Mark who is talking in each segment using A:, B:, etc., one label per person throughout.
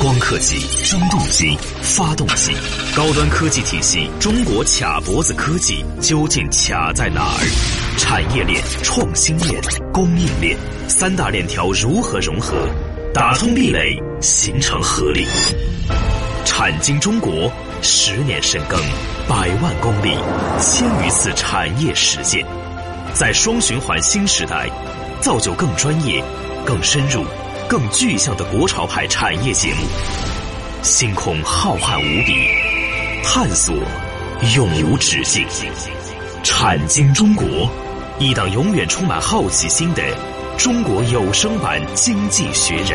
A: 光科技、争动机、发动机，高端科技体系，中国卡脖子科技究竟卡在哪儿？产业链、创新链、供应链三大链条如何融合，打通壁垒，形成合力？产经中国十年深耕，百万公里，千余次产业实践，在双循环新时代，造就更专业、更深入、更具象的国潮派产业节目。星空浩瀚无比，探索永无止境。产经中国，一档永远充满好奇心的中国有声版《经济学人》。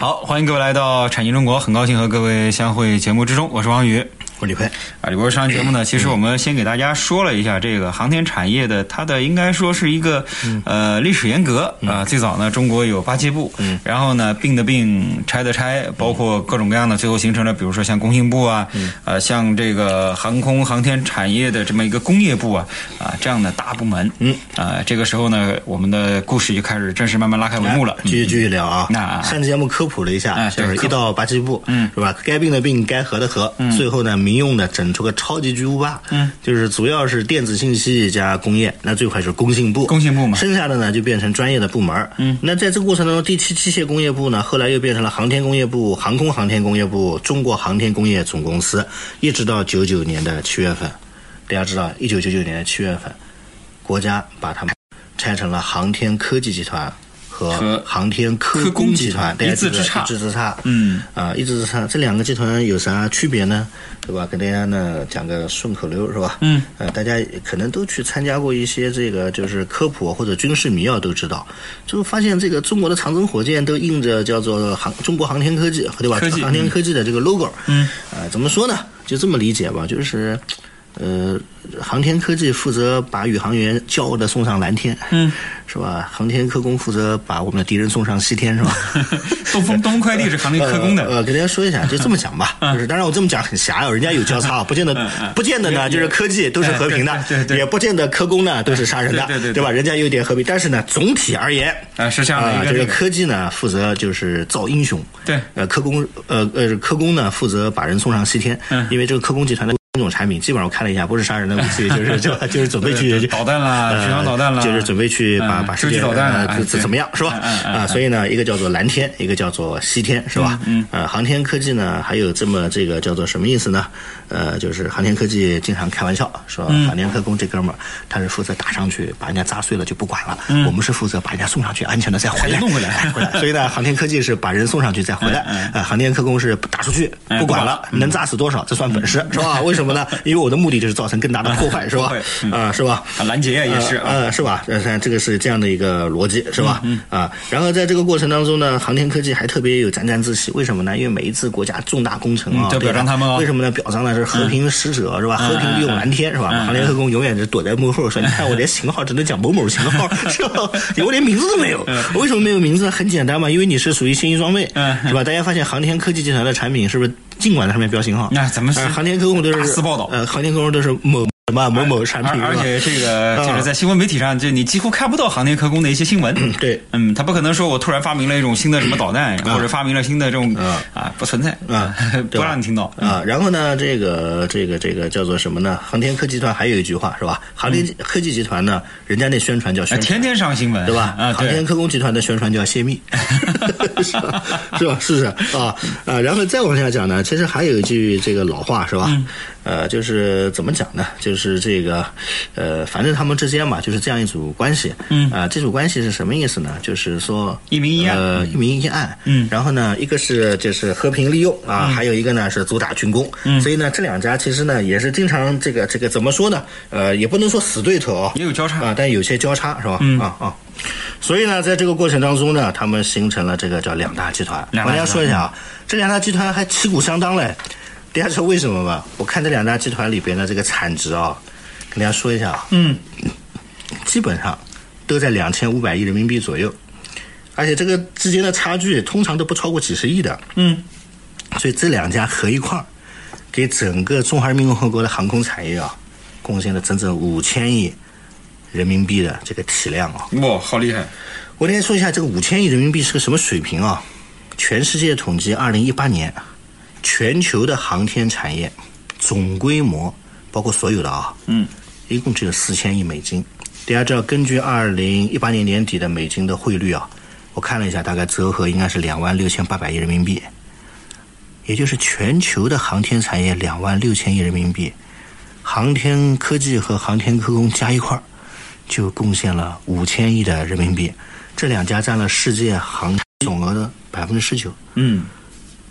B: 好，欢迎各位来到《产经中国》，很高兴和各位相会节目之中，我是王宇。
C: 我是李佩，
B: 啊，李博士上期节目 呢，其实我们先给大家说了一下这个航天产业的，它的应该说是一个、呃历史沿革啊、最早呢，中国有八戒部，然后呢并的并，拆的拆，包括各种各样的，最后形成了，比如说像工信部啊，呃像这个航空航天产业的这么一个工业部啊啊这样的大部门。嗯，啊这个时候呢，我们的故事就开始正式慢慢拉开帷幕了。嗯
C: 继续继续聊啊。
B: 那
C: 上期节目科普了一
B: 哎
C: 下，
B: 对
C: 就是
B: 科普
C: 一到八七步，
B: 嗯
C: 是吧？该病的病，该合的合，最后呢，民用呢整出个超级巨无霸，
B: 嗯，
C: 就是主要是电子信息加工业，那最快就是工信部，
B: 工信部嘛
C: 剩下的呢就变成专业的部门，嗯，那在这个过程当中，第七机械工业部呢，后来又变成了航天工业部、航空航天工业部、中国航天工业总公司，一直到九九年的七月份，大家知道，一九九九年的七月份，国家把它们拆成了航天科技集团
B: 和
C: 和航天科
B: 科工
C: 工
B: 集
C: 集
B: 团，
C: 团大家
B: 一字之
C: 记得
B: 差
C: 一字之差，
B: 嗯，
C: 啊，一字之差，这两个集团有啥区别呢？对吧？跟大家呢讲个顺口溜是吧？
B: 嗯，
C: 呃，大家可能都去参加过一些这个就是科普或者军事迷啊药都知道，就发现这个中国的长征火箭都印着叫做航中国航天科技对吧？
B: 科技
C: 航天科技的这个 logo，
B: 嗯，
C: 呃，怎么说呢？就这么理解吧，就是。呃，航天科技负责把宇航员骄傲的送上蓝天，嗯，是吧？航天科工负责把我们的敌人送上西天，是吧？
B: 东风东风快递是航天科工的。嗯
C: 呃，呃给大家 说一下，就这么讲吧，就是当然我这么讲很狭隘，人家有交叉，不见得不见得呢，就是科技都是和平
B: 对对对
C: 的，
B: 对
C: 也不见得科工呢都是杀人的
B: 对对对对，
C: 对吧？人家有点和平，但是呢，总体而言。
B: 啊，是这样的一
C: 啊，
B: 个
C: 这
B: 这
C: 个
B: 个
C: 科技呢，负责就是造英雄。
B: 对
C: 呃，科工，呃呃，科工呢，负责把人送上西天。
B: 嗯
C: 因为这个科工集团的三种产品，基本上我看了一下，不是杀人的武器，就是就就是准 备去
B: 导弹啦
C: 呃
B: 巡航导弹啦
C: 就是准备去把
B: 嗯
C: 把
B: 洲
C: 世
B: 际
C: 界
B: 导弹啊
C: 呃
B: 哎
C: 怎怎
B: 对
C: 怎么样是吧？
B: 嗯嗯
C: 啊，所以呢，一个叫做蓝天，一个叫做西天，是吧？嗯，呃，航天科技呢，还有这么这个叫做什么意思呢？呃，就是航天科技经常开玩笑说，
B: 嗯
C: 航天科工这哥们儿他是负责打上去把人家砸碎了就不管了，
B: 嗯
C: 我们是负责把人家送上去安全的再回来，
B: 弄回来
C: 哎回来。 所以呢，航天科技是把人送上去再回来，呃，航天科工是打出去
B: 嗯哎
C: 不
B: 不管
C: 管了，能砸死多少这算本 事是吧？为什么呢？因为我的目的就是造成更大的破坏是吧
B: 破坏？
C: 啊，是吧？
B: 啊拦截啊也是啊嗯
C: 呃呃，是吧？呃，这个是这样的一个逻辑，是吧？啊，然后在这个过程当中呢，航天科技还特别有沾沾自喜，为什么呢？因为每一次国家重大工程啊
B: 嗯，就表彰他们嗯哦
C: 对吧为什么呢？表彰呢是和平使者，是吧？和平利用蓝天，是吧？
B: 嗯
C: 航天科工永远是躲在幕后说，你 看我连型号只能讲某某型号， 是吧？我连名字都没有，为什么没有名字？很简单嘛，因为你是属于新型装备
B: 嗯，
C: 是吧？大家发现航天科技集团的产品是不是尽管在上面标型号？
B: 那咱们是
C: 呃航天科工都
B: 嗯大
C: 是
B: 肆报道
C: 呃，航天科工都是某什么某某产品，
B: 而而
C: 是吧
B: 且这个
C: 啊
B: 就是在新闻媒体上，就你几乎看不到航天科工的一些新闻。
C: 对，
B: 嗯，他不可能说我突然发明了一种新的什么导弹，或者发明了新的这种
C: 啊
B: 啊，不存在
C: 啊
B: 不
C: 对吧
B: 让你听到。
C: 啊，然后呢，这个这个这个叫做什么呢？航天科技集团还有一句话是吧？航
B: 嗯
C: 天科技集团呢，人家那宣传叫
B: 啊
C: 宣传，
B: 天天上新闻，
C: 对吧？
B: 啊，
C: 航天
B: 对，
C: 科工集团的宣传叫泄 密， 是吧？是吧？是不是啊？啊，然后再往下讲呢，其实还有一句这个老话是吧？
B: 嗯
C: 呃，就是怎么讲呢？就是这个，呃，反正他们之间嘛，就是这样一组关系。
B: 嗯
C: 啊，这组关系是什么意思呢？就是说
B: 一明一暗
C: 呃，一明一暗。
B: 嗯
C: 然后呢，一个是就是和平利用啊，还有一个呢是主打军工。嗯，所以呢，这两家其实呢也是经常这个这个怎么说呢？呃，也不能说死对头啊，
B: 也有交叉
C: 啊，但有些交叉是吧？嗯啊啊，所以呢，在这个过程当中呢，他们形成了这个叫两大集团。
B: 两
C: 我
B: 大
C: 跟
B: 集团
C: 大家说一下啊，这两大集团还旗鼓相当嘞。大家知道为什么吗？我看这两大集团里边的这个产值啊，跟大家说一下啊，
B: 嗯，
C: 基本上都在两千五百亿人民币左右，而且这个之间的差距通常都不超过几十亿的。
B: 嗯，
C: 所以这两家合一块儿，给整个中华人民共和国的航空产业啊，贡献了整整五千亿人民币的这个体量啊。
B: 哇，好厉害！
C: 我来说一下这个五千亿人民币是个什么水平啊？全世界统计，二零一八年全球的航天产业总规模，包括所有的啊，
B: 嗯，
C: 一共只有四千亿美金。大家知道，根据二零一八年年底的美金的汇率啊，我看了一下，大概折合应该是两万六千八百亿人民币，也就是全球的航天产业两万六千亿人民币，航天科技和航天科工加一块儿，就贡献了五千亿的人民币，这两家占了世界航天总额的百分之十九。
B: 嗯，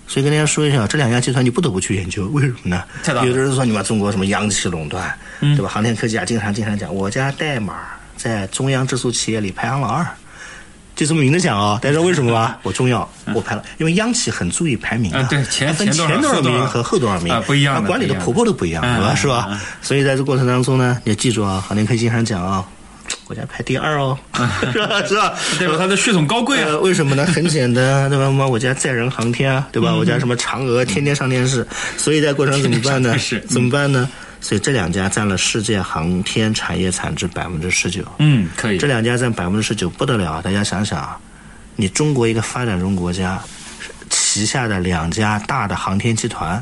C: 所以跟大家说一下，这两家集团你不得不去研究，为什么呢
B: 太大？了嗯
C: 有的人说你把中国什么央企垄断，对吧？航天科技啊，经常经常讲，我家代码在中央直属企业里排行老二，就这么明着 讲啊、大家知道为什么吧？我重要，我排了，因为央企很注意排名
B: 嗯啊对前
C: 前分
B: 前多少后
C: 多
B: 多少
C: 名和后多少名
B: 啊不一样的
C: 啊管理
B: 不
C: 的
B: 一样的
C: 婆婆都不一样，
B: 嗯
C: 对吧？
B: 嗯
C: 是吧？所以在这过程当中呢，你要记住啊，航天科技经常讲啊，国家排第二哦， 是吧？是吧？
B: 代表它的血统高贵啊。
C: 呃，为什么呢？ 很简单啊，对吧？妈，我家载人航天啊，对吧？
B: 嗯
C: 我家什么嫦娥天天上电视，所以在过程怎么办呢
B: 天天上电视？嗯
C: 怎么办呢？所以这两家占了世界航天产业产值百分之十九，
B: 嗯，可以
C: 这。两家占百分之十九不得了啊！大家想想啊，你中国一个发展中国家，旗下的两家大的航天集团。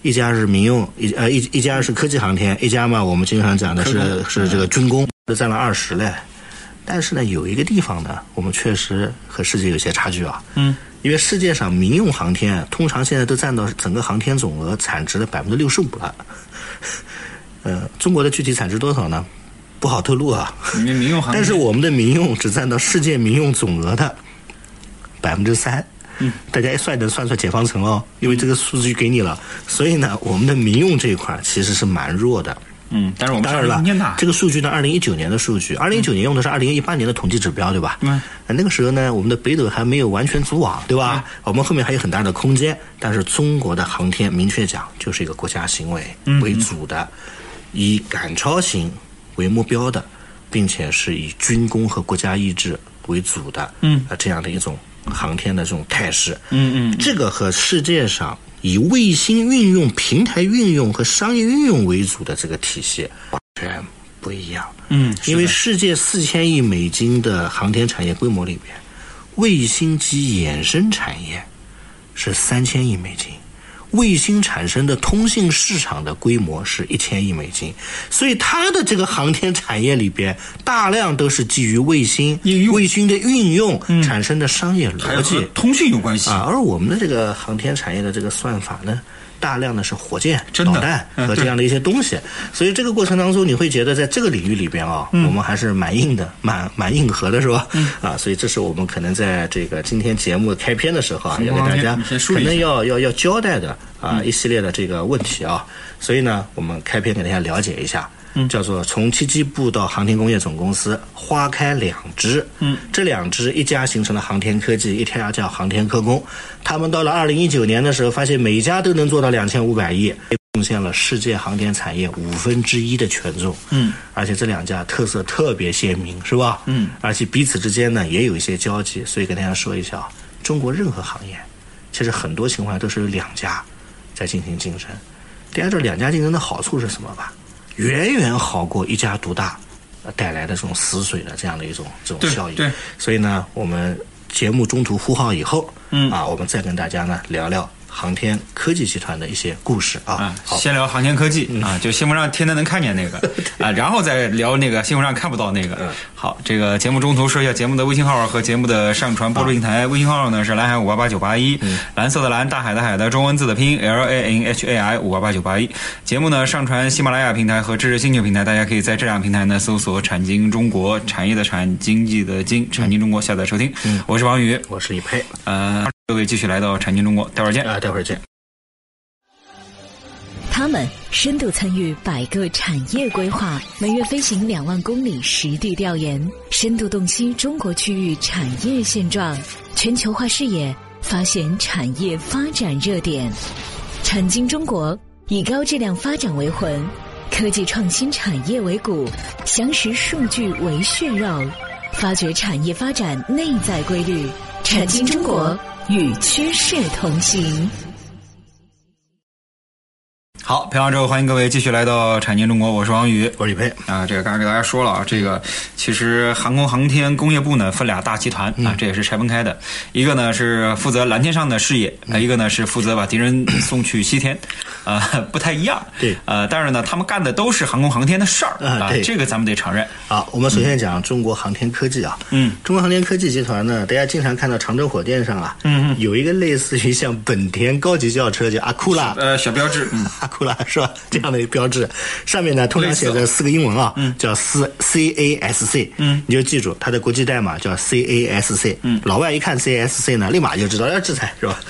C: 一家是民用，一呃一一家是科技航天，一家嘛我们经常讲的
B: 科
C: 是
B: 工
C: 是这个军工，都占了二十嘞。但是呢，有一个地方呢，我们确实和世界有些差距啊。
B: 嗯，
C: 因为世界上民用航天啊通常现在都占到整个航天总额产值的百分之六十五了。 呃，中国的具体产值多少呢？不好透露啊。
B: 你们民用行业，
C: 但是我们的民用只占到世界民用总额的百分之三。嗯，大家一算能算出解放城哦，因为这个数据给你了。所以呢，我们的民用这一块儿其实是蛮弱的。
B: 嗯，但是我们
C: 当然
B: 上升空间大
C: 了，这个数据呢，二零一九年的数据，二零一九年用的是二零一八年的统计指标，对吧？
B: 嗯
C: 呃。那个时候呢，我们的北斗还没有完全组网，对吧？我们后面还有很大的空间，但是中国的航天明确讲就是一个国家行为为主的，以赶超型为目标的，并且是以军工和国家意志为主的，
B: 嗯
C: 呃，这样的一种航天的这种态势，
B: 嗯嗯，
C: 这个和世界上以卫星运用、平台运用和商业运用为主的这个体系完全不一样。
B: 嗯，
C: 因为
B: 是
C: 世界四千亿美金的航天产业规模里边，卫星及衍生产业是三千亿美金。卫星产生的通信市场的规模是一千亿美金，所以它的这个航天产业里边，大量都是基于卫星
B: 应用嗯
C: 卫星的运用产生的商业
B: 的还
C: 逻
B: 有
C: 辑。
B: 和通讯有关系。
C: 啊，而我们的这个航天产业的这个算法呢，大量的是火箭、
B: 真的
C: 导弹
B: 嗯
C: 和这样的一些东西，所以这个过程当中，你会觉得在这个领域里边啊，
B: 嗯
C: 我们还是蛮硬的，蛮蛮硬核的，是吧？啊，所以这是我们可能在这个今天节目开篇的时候啊，要给大家
B: 你先梳
C: 可
B: 理一下嗯
C: 能要要要交代的啊一系列的这个问题啊，所以呢，我们开篇给大家了解一下。
B: 嗯
C: 叫做从七机部到航天工业总公司，花开两支。嗯，这两支一家形成了航天科技，一家叫航天科工。他们到了二零一九年的时候，发现每一家都能做到两千五百亿，贡献了世界航天产业五分之一的权重。
B: 嗯，
C: 而且这两家特色特别鲜明，是吧？
B: 嗯，
C: 而且彼此之间呢也有一些交集，所以跟大家说一下啊，中国任何行业，其实很多情况下都是有两家在进行竞争。大家知道两家竞争的好处是什么吧？远远好过一家独大呃带来的这种死水的这样的一种这种
B: 对
C: 效应。
B: 对
C: 所以呢，我们节目中途呼号以后，
B: 嗯
C: 啊，我们再跟大家呢聊聊航天科技集团的一些故事啊。
B: 啊，
C: 好，嗯
B: 先聊航天科技啊，就新闻上天天能看见 那个啊，然后再聊那个新闻上看不到那
C: 嗯
B: 个。好，这个节目中途说一下节目的微信号和节目的上传播出平台。
C: 嗯
B: 微信号呢是蓝海五八八九八一，蓝色的蓝，大海的海的中文字的拼音 L A N H A I 五八八九八一。节目呢上传喜马拉雅平台和知识星球平台，大家可以在这两个平台呢搜索“产经中国”，产业的产，经济的经，产经中国下载收听。
C: 嗯
B: 我是王宇，
C: 我是李佩，
B: 呃，各位继续来到产经中国，待会儿见。
C: 啊，待会儿见。
D: 他们深度参与百个产业规划，每月飞行两万公里实地调研，深度洞悉中国区域产业现状，全球化视野发现产业发展热点。产经中国以高质量发展为魂，科技创新产业为骨，详实数据为血肉，发掘产业发展内在规律。产经中国与趋势同行。
B: 好，培养之后，欢迎各位继续来到产业中国，我是王宇，
C: 我是李佩。
B: 啊，这个刚才给大家说了啊，这个其实航空航天工业部呢分俩大集团
C: 嗯
B: 啊，这也是拆分开的。一个呢是负责蓝天上的视野，
C: 嗯
B: 啊一个呢是负责把敌 人送去西天，啊，不太一样。
C: 对
B: 呃，但是呢，他们干的都是航空航天的事儿
C: 啊对
B: 这个咱们得承认。
C: 好，我们首先讲中国航天科技啊。
B: 嗯，
C: 中国航天科技集团呢，大家经常看到长征火箭上啊，嗯，有一个类似于像本田高级轿车叫阿库拉，
B: 呃，小标志，嗯，
C: 阿库拉是吧？这样的一个标志，上面呢通常写着四个英文啊，叫四 C A S C，嗯，你就记住它的国际代码叫 C A S C，嗯，老外一看 C A S C 呢，立马就知道要制裁是 吧？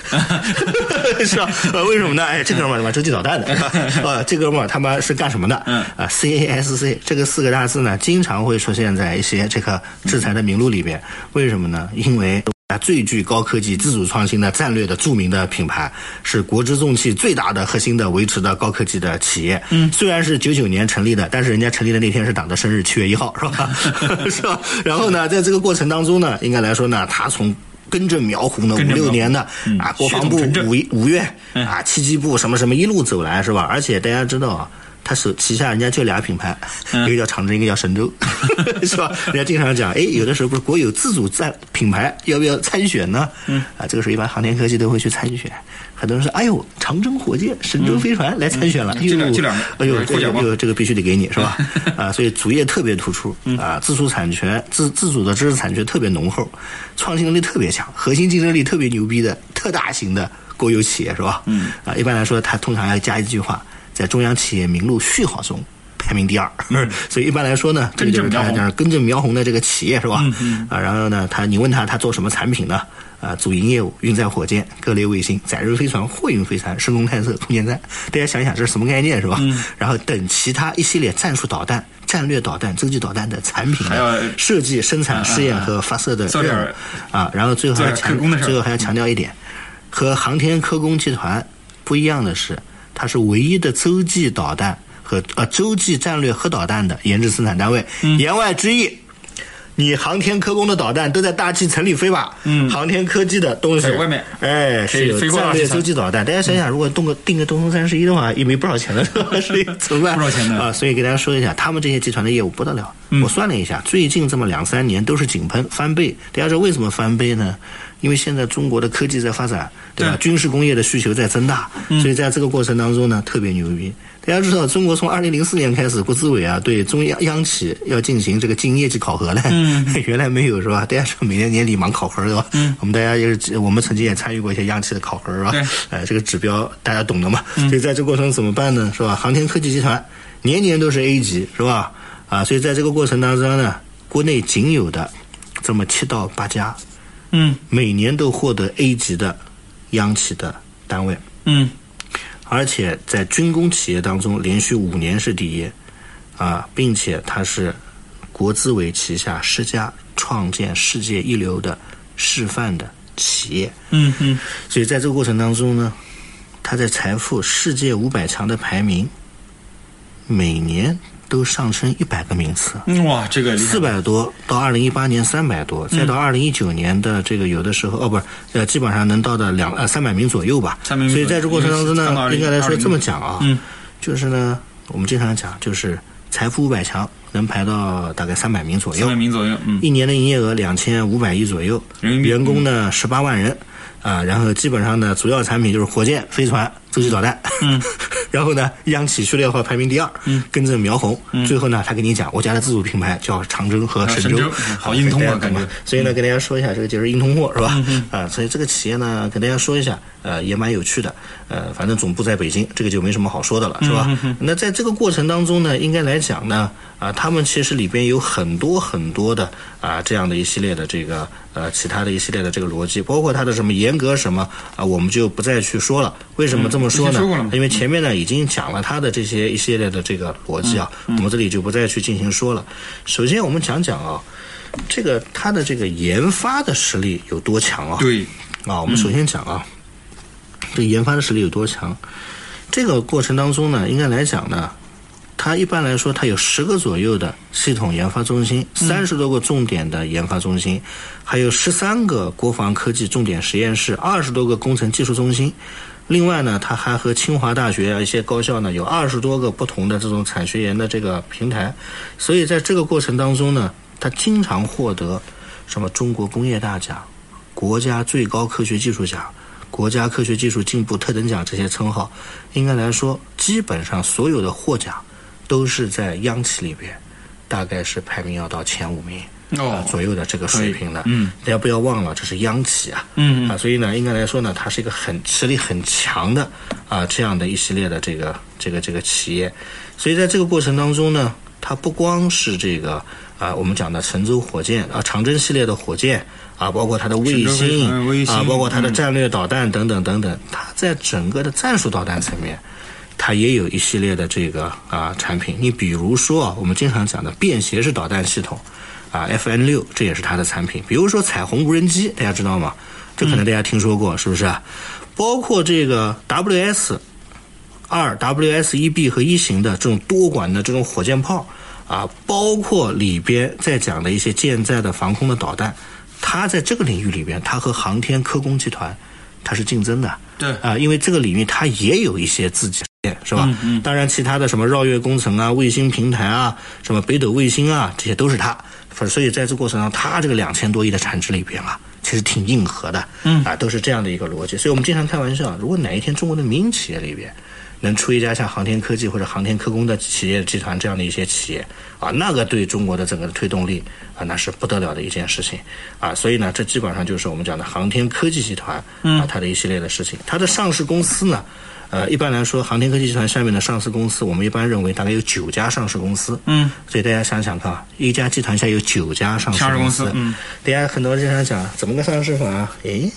C: 是吧？呃，为什么呢？哎，这哥们儿他妈洲际导弹的，是吧 呃，这哥们儿他妈是干什么的？
B: 嗯
C: 啊，C A S C 这个四个大字呢，经常会出现在一些这个制裁的名录里边，为什么呢？因为啊，最具高科技、自主创新的战略的著名的品牌，是国之重器最大的核心的维持的高科技的企业。嗯，虽然是九九年成立的，但是人家成立的那天是党的生日，七月一号，是吧？ 是吧？然后呢，在这个过程当中呢，应该来说呢，他从根正苗红的五
B: 根正苗
C: 六
B: 红嗯
C: 年的啊，国防部
B: 血统纯正嗯
C: 五一五月啊，七机部什么什么一路走来是吧？而且大家知道啊。他手旗下人家就俩品牌，
B: 嗯
C: 一个叫长征，一个叫 神州，是吧？人家经常讲，哎，有的时候不是国有自主战品牌要不要参选呢？嗯，啊，这个时候一般航天科技都会去参选。很多人说，哎呦，长征火箭、神舟飞船来参选了，哎
B: 嗯
C: 呦
B: 这两这两个
C: 哎呦，这
B: 获
C: 个
B: 奖吗
C: 这个这个必须得给你是吧？啊，所以主业特别突出啊，自主产权、自自主的知识产权特别浓厚，创新能力特别强，核心竞争力特别牛逼的特大型的国有企业是吧？嗯，啊，一般来说，它通常要加一句话，在中央企业名录序号中。排名第二， 所以一般来说呢，这个就是
B: 根正苗
C: 他
B: 红
C: 讲根正苗红的这个企业是吧？
B: 嗯
C: 啊，然后呢，他你问他他做什么产品呢？啊，主营业务运载火箭、各类卫星、载人飞船、货运飞船、深空探测、空间站。大家想一想这是什么概念是吧？
B: 嗯
C: 然后等其他一系列战术导弹、战略导弹、洲际导弹的产品
B: 还要嗯
C: 的设计、生产、试验和发射的
B: 做点
C: 任务
B: 儿
C: 啊，然后最后
B: 做
C: 还
B: 点科
C: 强
B: 工的事儿
C: 最后还要强调一点，和航天科工集团不一样的是，它是唯一的洲际导弹和呃洲际战略核导弹的研制生产单位。
B: 嗯
C: 言外之意。你航天科工的导弹都在大气层里飞吧？嗯，航天科技的东西
B: 在外面
C: 哎，
B: 可以
C: 是有
B: 飞过
C: 战
B: 大
C: 略
B: 气层
C: 洲际导弹。大家想想，如果动个定个东风三十一的话，也没不少钱的，所以怎么 办？
B: 不少钱的嗯
C: 啊，所以给大家说一下，他们这些集团的业务不得了。我算了一下，最近这么两三年都是井喷翻倍。大家知道为什么翻倍呢？因为现在中国的科技在发展，对吧？
B: 对嗯
C: 军事工业的需求在增大，所以在这个过程当中呢，特别牛逼。大家知道，中国从二零零四年开始，国资委啊对中央央企要进行这个经营业绩考核嘞， 原来没有是吧？大家说每年年底忙考核对吧？我们大家也是，我们曾经也参与过一些央企的考核是吧
B: 对？
C: 哎，这个指标大家懂的嘛。所以在这过程怎么办呢？是吧？航天科技集团年年都是 A 级，是吧？啊，所以在这个过程当中呢，国内仅有的这么七到八家，
B: 嗯
C: 每年都获得 A 级的央企的单位，
B: 嗯，
C: 而且在军工企业当中连续五年是第一，啊，并且它是国资委旗下十家创建世界一流的示范的企业。
B: 嗯嗯，
C: 所以在这个过程当中呢，他在财富世界五百强的排名，每年都上升一百个名次。
B: 嗯哇，这个厉害
C: 四百多到二零一八年三百多，再到二零一九年的这个有的时候、哦不是呃基本上能到的两呃三百名左右吧。
B: 300名
C: 所以在这过程当中
B: 左右因为
C: 呢，
B: 是
C: 应该来说
B: 20
C: 这么讲啊，
B: 嗯
C: 就是呢我们经常讲就是财富五百强能排到大概三百名左右
B: 三百，名左右，嗯，
C: 一年的营业额两千五百亿左右，
B: 人民币
C: 员工呢十八万人，啊，然后基本上呢主要产品就是火箭、飞船、洲际导弹，嗯， 然后呢央企序列化排名第二，嗯，跟着苗红，最后呢他跟你讲，我家的自主品牌叫长征和神
B: 啊神
C: 州
B: 州，好硬通啊
C: 大家懂吧
B: 感觉
C: 所以呢跟大家说一下，这个就是硬通货是
B: 嗯
C: 吧？啊，所以这个企业呢跟大家说一下，呃，也蛮有趣的，呃，反正总部在北京，这个就没什么好说的了，是
B: 嗯
C: 吧？那在这个过程当中呢，应该来讲呢，啊，他们其实里边有很多很多的啊这样的一系列的这个呃其他的一系列的这个逻辑，包括它的什么严格什么啊，我们就不再去说了。为什么这么
B: 嗯已
C: 说呢？
B: 经说过了吗
C: 因为前面呢已经讲了它的这些一系列的这个逻辑啊，
B: 嗯
C: 我们这里就不再去进行说了。首先我们讲讲啊。这个它的这个研发的实力有多强啊？
B: 对，
C: 啊，我们首先讲啊，这研发的实力有多强？这个过程当中呢，应该来讲呢，它一般来说它有十个左右的系统研发中心，三十多个重点的研发中心，还有十三个国防科技重点实验室，二十多个工程技术中心。另外呢，它还和清华大学啊一些高校呢有二十多个不同的这种产学研的这个平台，所以在这个过程当中呢，它经常获得什么中国工业大奖、国家最高科学技术奖、国家科学技术进步特等奖这些称号。应该来说，基本上所有的获奖都是在央企里边，大概是排名要到前五名。
B: 哦
C: 啊左右的这个水平的。
B: 可以嗯，
C: 大家不要忘了，这是央企啊。
B: 嗯嗯
C: 啊，所以呢，应该来说呢，它是一个很实力很强的啊这样的一系列的这个这个这个企业。所以在这个过程当中呢，它不光是这个啊我们讲的神舟火箭啊长征系列的火箭啊，包括它的
B: 神
C: 卫
B: 舟飞
C: 星
B: 船卫星
C: 啊，包括它的
B: 嗯
C: 战略导弹等等等等，它在整个的战术导弹层面。它也有一系列的这个啊产品。你比如说啊，我们经常讲的便携式导弹系统，啊 FN 六，这也是它的产品。比如说彩虹无人机，大家知道吗？这
B: 嗯
C: 可能大家听说过，是不是啊？包括这个 WS 二 WS 一 B 和一型的这种多管的这种火箭炮啊，包括里边在讲的一些舰载的防空的导弹，它在这个领域里边，它和航天科工集团它是竞争的。
B: 对
C: 啊，因为这个领域它也有一些自己的实验是吧？嗯当然，其他的什么绕月工程啊、卫星平台啊、什么北斗卫星啊，这些都是它。反所以在这过程中，它这个两千多亿的产值里边啊，其实挺硬核的。嗯啊，都是这样的一个逻辑。所以我们经常开玩笑，如果哪一天中国的民营企业里边能出一家像航天科技或者航天科工的企业集团这样的一些企业啊，那个对中国的整个推动力啊，那是不得了的一件事情啊。所以呢，这基本上就是我们讲的航天科技集团
B: 嗯
C: 啊，它的一系列的事情。它的上市公司呢，呃，一般来说，航天科技集团下面的上市公司，我们一般认为大概有九家上市公司。
B: 嗯，
C: 所以大家想想看啊，一家集团下有九家上市
B: 上市公司
C: 司。
B: 嗯，
C: 大家很多人经常讲怎么个上市法啊？诶，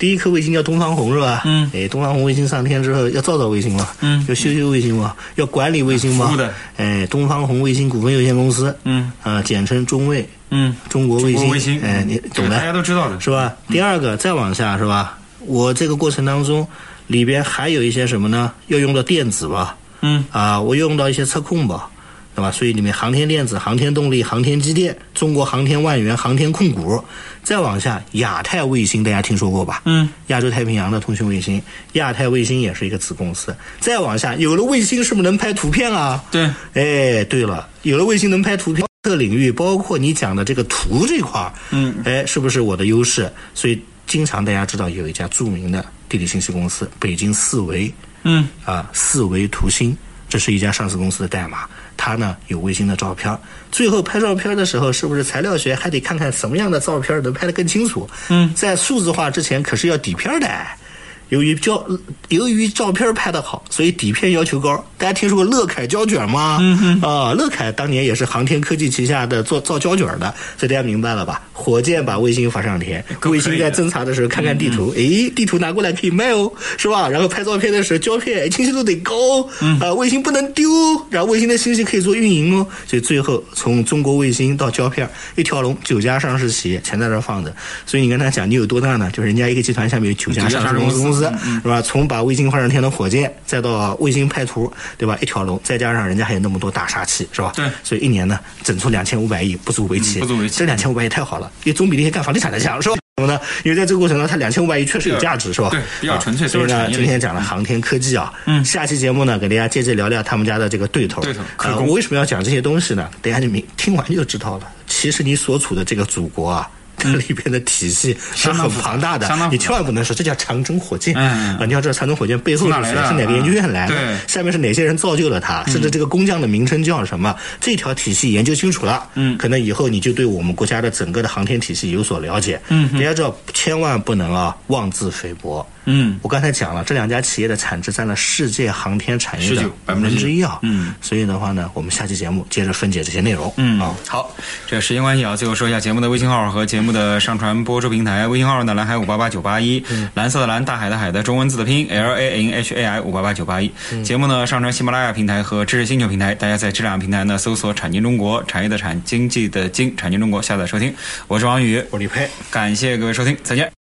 C: 第一颗卫星叫东方红是吧？嗯，哎，东方红卫星上天之后要造造卫星嘛，嗯，要修修卫星嘛，要管理卫星嘛，
B: 啊服务的
C: 哎，东方红卫星股份有限公司，
B: 嗯，
C: 啊，简称中卫，
B: 嗯，
C: 中国卫
B: 中
C: 星，
B: 国卫星，
C: 哎，你
B: 嗯
C: 懂的，
B: 大家都知道的，
C: 是吧？第二个再往下是吧？我这个过程当中里边还有一些什么呢？要用到电子吧，
B: 嗯
C: 啊，我用到一些测控吧，对吧？所以里面航天电子、航天动力、航天机电、中国航天万源、航天控股，再往下亚太卫星，大家听说过吧？
B: 嗯，
C: 亚洲太平洋的通讯卫星，亚太卫星也是一个子公司。再往下，有了卫星是不是能拍图片啊？
B: 对，
C: 哎，对了，有了卫星能拍图片，这个领域包括你讲的这个图这块儿，
B: 嗯，
C: 哎，是不是我的优势？所以经常大家知道有一家著名的地理信息公司，北京四维，
B: 嗯，
C: 啊，四维图星，这是一家上市公司的代码。它呢有卫星的照片儿，最后拍照片儿的时候，是不是材料学还得看看什么样的照片儿能拍得更清楚？嗯，在数字化之前，可是要底片儿的哎。由于照由于照片儿拍得好，所以底片要求高。大家听说过乐凯胶卷吗？嗯啊，乐凯当年也是航天科技旗下的做造胶卷儿的，所以大家明白了吧？火箭把卫星发上天，
B: 够
C: 卫
B: 可
C: 星
B: 以
C: 在
B: 的嗯
C: 侦查的时候看看地图，诶，地图拿过来可以卖哦，是吧？然后拍照片的时候，胶片诶清晰度得高哦，
B: 嗯
C: 啊、卫星不能丢哦，然后卫星的信息可以做运营哦。所以最后从中国卫星到胶片一条龙，九家上市企业全在这儿放着。所以你跟他讲你有多大呢？就是人家一个集团下面有九家
B: 九家
C: 上市
B: 上市
C: 公
B: 公司
C: 司，是吧？从把卫星发上天的火箭，再到卫星拍图，对吧？一条龙，再加上人家还有那么多大杀器，是吧？
B: 对
C: 所以一年呢，整出两千五百亿不足为奇，
B: 嗯不足为奇
C: 这两千五百亿太好了，也总比那些干房地产的强，是吧？什么呢？因为在这个过程中，它两千五百亿确实有价值，是吧？
B: 对比较纯粹
C: 啊所以
B: 都是
C: 呢
B: 产，业
C: 今
B: 链
C: 天讲了航天科技啊，嗯，下期节目呢，给大家借机聊聊他们家的这个对头。
B: 对头科
C: 啊，
B: 工
C: 我为什么要讲这些东西呢？等一下你明听完就知道了。其实你所处的这个祖国啊。它里边的体系是
B: 嗯相当
C: 很
B: 复杂
C: 庞大的
B: 相当，复杂
C: 你千万不能说这叫长征火箭
B: 嗯嗯
C: 啊！你要知道长征火箭背后
B: 从
C: 是
B: 哪
C: 谁，
B: 来的嗯
C: 是哪个研究院来的
B: 对，嗯
C: 下面是哪些人造就了它，甚至这个工匠的名称叫什么，这条体系研究清楚了，嗯，可能以后你就对我们国家的整个的航天体系有所了解，嗯，大家知道千万不能啊妄自菲薄，
B: 嗯，
C: 我刚才讲了，这两家企业的产值占了世界航天产业的
B: 19%
C: 百分之一啊，
B: 嗯，
C: 所以的话呢，我们下期节目接着分解这些内容，
B: 嗯
C: 啊，
B: 好，这时间关系啊，最后说一下节目的微信号和节目的上传播出平台。微信号呢，蓝海五八八九八一，
C: 嗯
B: 蓝色的蓝，大海的海的中文字的拼音 L A N H A I 五八八九八一。
C: 嗯
B: 节目呢上传喜马拉雅平台和知识星球平台，大家在这两个平台呢搜索“产经中国”，产业的产，经济的经，产经中国下载收听。我是王宇，
C: 我李佩。
B: 感谢各位收听，再见。